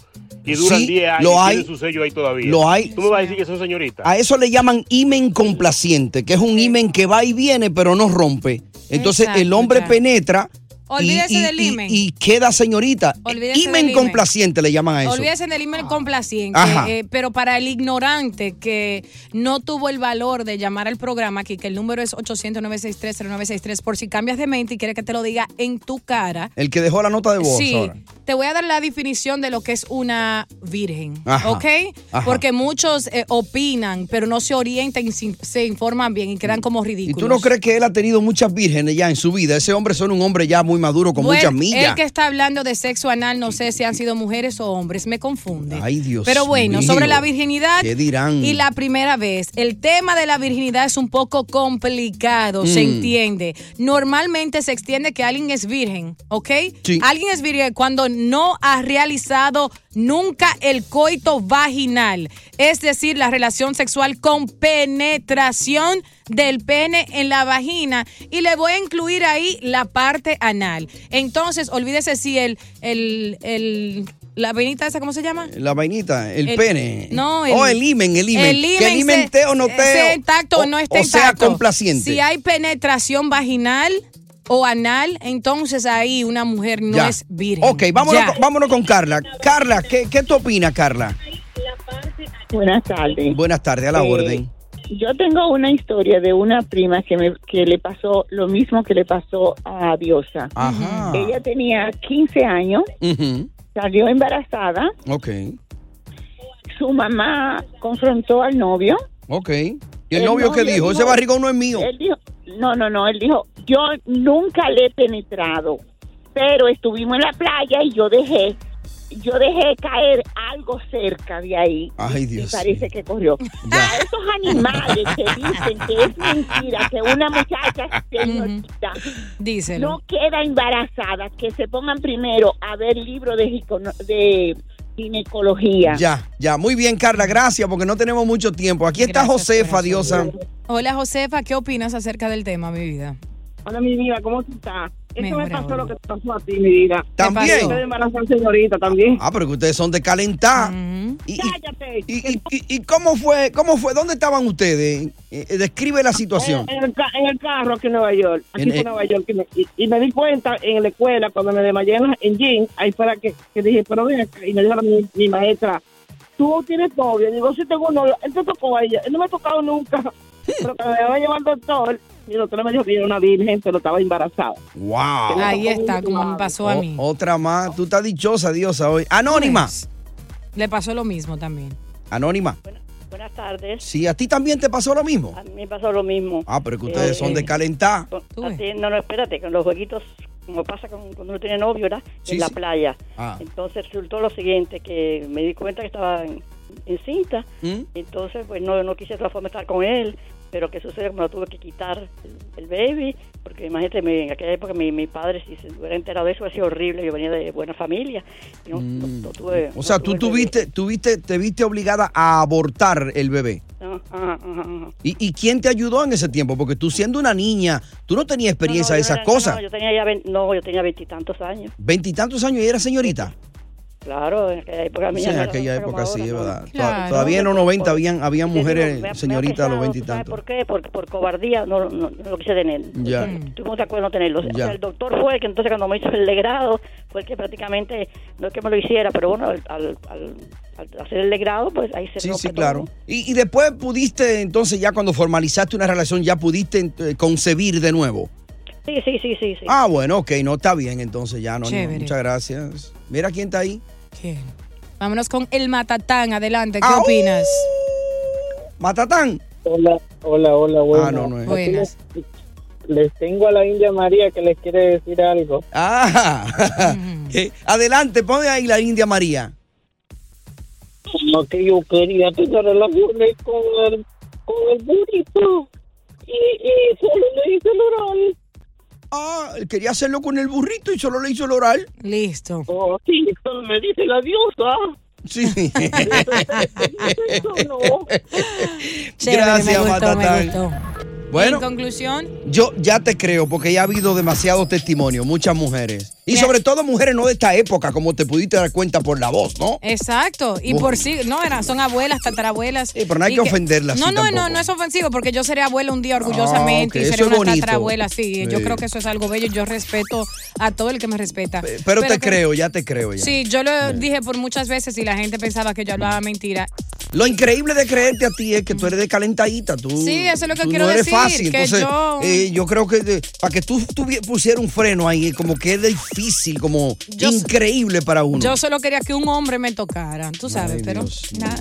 S16: Y duran
S6: Sí,
S16: 10 años
S6: lo
S16: y
S6: hay.
S16: tienen su sello ahí todavía.
S6: Lo hay.
S16: Tú me vas a decir que son señoritas.
S6: A eso le llaman imen complaciente, que es un imen que va y viene, pero no rompe. Entonces
S8: Exacto,
S6: el hombre
S8: ya.
S6: penetra. y-
S8: Olvídese
S6: y,
S8: del
S6: y-
S8: imen.
S6: y queda señorita.
S8: Olvídese del
S6: imen
S8: imen.
S6: complaciente le llaman a Ah, eso.
S8: Olvídense del email complaciente,
S6: Ajá.
S8: eh, pero para el ignorante que no tuvo el valor de llamar al programa aquí, que el número es 800-963-0963, por si cambias de mente y quieres que te lo diga en tu cara.
S6: El que dejó la nota de voz
S8: Sí,
S6: ahora.
S8: te voy a dar la definición de lo que es una virgen,
S6: Ajá,
S8: ¿ok?
S6: ajá.
S8: Porque muchos eh, opinan, pero no se orientan y se- se informan bien y quedan como
S6: Mm. ¿Y
S8: ridículos.
S6: tú no crees que él ha tenido muchas vírgenes ya en su vida? Ese hombre son un hombre ya muy maduro, con
S8: Bueno,
S6: muchas millas.
S8: El que está hablando de sexo anal, no sé si han sido mujeres o hombres, me confunde.
S6: Ay, Dios
S8: Pero bueno,
S6: mío.
S8: sobre la virginidad
S6: ¿Qué dirán?
S8: y la primera vez, el tema de la virginidad es un poco complicado, se
S6: Mm.
S8: entiende. Normalmente se extiende que alguien es virgen, ¿ok?
S6: Sí.
S8: Alguien es virgen cuando no ha realizado nunca el coito vaginal, es decir, la relación sexual con penetración del pene en la vagina y le voy a incluir ahí la parte anal. Entonces, olvídese si el, el, el la venita esa, ¿cómo se llama?
S6: La vainita, el, pene.
S8: No,
S6: el, oh, el imen, el imen. que el imen
S8: se-
S6: te o no te.
S8: sea intacto o, no esté
S6: O sea,
S8: intacto.
S6: complaciente.
S8: Si hay penetración vaginal o anal, entonces ahí una mujer no
S6: Ya.
S8: es virgen.
S6: Ok, vámonos,
S8: Ya.
S6: con, vámonos con Carla. Carla, ¿qué, qué tú opinas, Carla?
S22: Buenas tardes.
S6: Buenas tardes, a la
S22: Eh,
S6: orden.
S22: Yo tengo una historia de una prima que, me, que le pasó lo mismo que le pasó a Diosa.
S6: Ajá.
S22: Ella tenía 15 años,
S6: Ujú,
S22: salió embarazada,
S6: Ok,
S22: su mamá confrontó al novio.
S6: ok. ¿Y el, novio qué dijo? Ese barrigón no es mío.
S22: Él dijo, no, no, no, él dijo, yo nunca le he penetrado, pero estuvimos en la playa y yo dejé, yo dejé caer algo cerca de ahí.
S6: Ay,
S22: Y
S6: Dios.
S22: parece que corrió. A esos animales que dicen que es mentira, que una muchacha señorita
S8: Díselo.
S22: no queda embarazada, que se pongan primero a ver libros de, gicono- de ginecología.
S6: Ya, ya. Muy bien, Carla, gracias, porque no tenemos mucho tiempo. Aquí está Josefa, Diosa.
S8: Hola Josefa, ¿qué opinas acerca del tema, mi vida?
S11: Hola, mi vida, ¿cómo tú estás? Eso me
S8: Mejor
S11: pasó
S8: ahora.
S11: lo que te pasó a ti, mi vida.
S6: También.
S11: Yo de embarazada, señorita, también.
S6: Ah, pero que ustedes son de calentar. y, y- y- y- y- y cómo fue? ¿Cómo fue? ¿Dónde estaban ustedes? Eh, eh, describe la situación.
S21: eh.
S11: En el, ca- en el carro aquí en Nueva York, aquí
S6: En-
S11: fue
S6: eh.
S11: Nueva York, y me, y- y me di cuenta en la escuela, cuando me desmayé en, la- en jean, ahí fue la que, que dije, pero ven acá, y me dijo mi, mi maestra, tú tienes novio, digo, sí tengo novio, él te tocó a ella, él no me ha tocado nunca, pero cuando me va llevando al doctor, y el doctor me dijo que era una virgen, pero estaba embarazada.
S6: Wow.
S8: Ahí está, como me pasó a
S6: O-
S8: mí. Pues.
S6: otra más. Tú estás dichosa, Diosa, hoy. Anónima.
S8: Le pasó lo mismo también.
S6: Anónima.
S23: Buenas tardes.
S6: Sí, a ti también te pasó lo mismo.
S23: A mí me pasó lo mismo.
S6: Ah, pero que ustedes
S23: Eh,
S6: son de calentar.
S23: Así, no, no, espérate, con los jueguitos, como pasa con- cuando uno tiene novio, ¿verdad?
S6: Sí,
S23: en la
S6: sí.
S23: playa.
S6: Ah.
S23: Entonces resultó lo siguiente, que me di cuenta que estaba en- encinta. Entonces, pues no, no quise de todas formas estar con él. Pero qué sucede, me lo tuve que quitar el, el baby, porque imagínate, me- en aquella época mi, mi padre, si se hubiera enterado de eso, hubiera sido horrible. Yo venía de buena familia. y no- no- no tuve-
S6: O sea,
S23: no
S6: tú
S23: tuve
S6: tuviste, tuviste, te viste obligada a abortar el bebé.
S23: bebé. Ajá, ajá, ajá.
S6: ¿Y, y quién te ayudó en ese tiempo? Porque tú siendo una niña, tú no tenías experiencia
S23: No,
S6: de
S23: yo
S6: esas
S23: era- no,
S6: cosas.
S23: no, yo tenía ya vein- no, yo tenía veintitantos años.
S6: Veintitantos años y eras señorita.
S23: Claro, en aquella época
S6: Sí,
S23: mía.
S6: en
S23: no era
S6: aquella
S23: como
S6: época sí, es verdad. Toda-
S23: Claro.
S6: Todavía en los 90 habían, había
S23: Sí, sí,
S6: mujeres
S23: me- me ha
S6: señoritas a los
S23: pesado,
S6: 20 y
S23: ¿sabes
S6: tanto.
S23: ¿Por qué? Porque por cobardía no, no, no lo quise tener.
S6: Ya.
S23: Entonces, Estuvimos de acuerdo en tenerlo. O sea,
S6: Ya.
S23: el doctor fue el que entonces cuando me hizo el legrado, fue el que prácticamente, no es que me lo hiciera, pero bueno, al, al- al- al hacer el legrado, pues ahí se
S6: Sí,
S23: rompe
S6: sí,
S23: todo.
S6: claro. Y, y después pudiste, entonces ya cuando formalizaste una relación, ya pudiste eh, concebir de nuevo.
S23: Sí, sí, sí, sí. sí.
S6: Ah, bueno, ok, no está bien, entonces ya no. no,
S8: Chévere.
S6: muchas gracias. Mira quién está ahí.
S8: ¿Quién? Vámonos con el matatán. Adelante, ¿qué opinas?
S6: Matatán. Ah,
S1: Hola, hola, hola, buenas.
S6: no, no es.
S8: Buenas.
S1: Aquí Les, les tengo a la India María que les quiere decir algo.
S6: Ah, eh, adelante, pon ahí la India María.
S1: No, que yo quería tener relaciones con el, con el burrito. Y, y solo le hice el oral.
S6: Ah, él quería hacerlo con el burrito y solo le hizo el oral.
S8: Listo.
S1: Oh, sí, solo me dice la diosa.
S6: Sí.
S8: Chévere,
S6: Gracias,
S8: me gustó, me
S6: Matatán.
S8: gustó.
S6: Bueno.
S8: En conclusión,
S6: Yo ya te creo, porque ya ha habido demasiados testimonios, muchas mujeres. Y sobre todo mujeres no de esta época, como te pudiste dar cuenta por la voz, ¿no?
S8: exacto. Y
S6: Bueno.
S8: por sí, no, eran, son abuelas, tatarabuelas. Sí,
S6: pero no hay que ofenderlas,
S8: No,
S6: sí,
S8: no, no,
S6: tampoco.
S8: no es ofensivo, porque yo seré abuela un día orgullosamente
S6: Ah, ok,
S8: y
S6: eso
S8: seré
S6: es
S8: una
S6: bonito.
S8: tatarabuela. Sí, yo
S6: Sí.
S8: creo que eso es algo bello. Yo respeto a todo el que me respeta.
S6: Pero, te
S8: que-
S6: creo, ya te creo. Ya.
S8: Sí, yo lo dije por muchas veces y la gente pensaba que yo
S6: Mm.
S8: hablaba mentira.
S6: Lo increíble de creerte a ti es que tú eres de calentadita. Tú,
S8: Sí, eso es lo que
S6: tú
S8: quiero
S6: no eres
S8: decir,
S6: fácil.
S8: que
S6: Entonces,
S8: yo-
S6: eh, yo creo que de- para que tú, tú vi- pusieras un freno ahí, como que es difícil, como
S8: Yo-
S6: increíble para uno.
S8: Yo solo quería que un hombre me tocara, tú sabes, pero nada.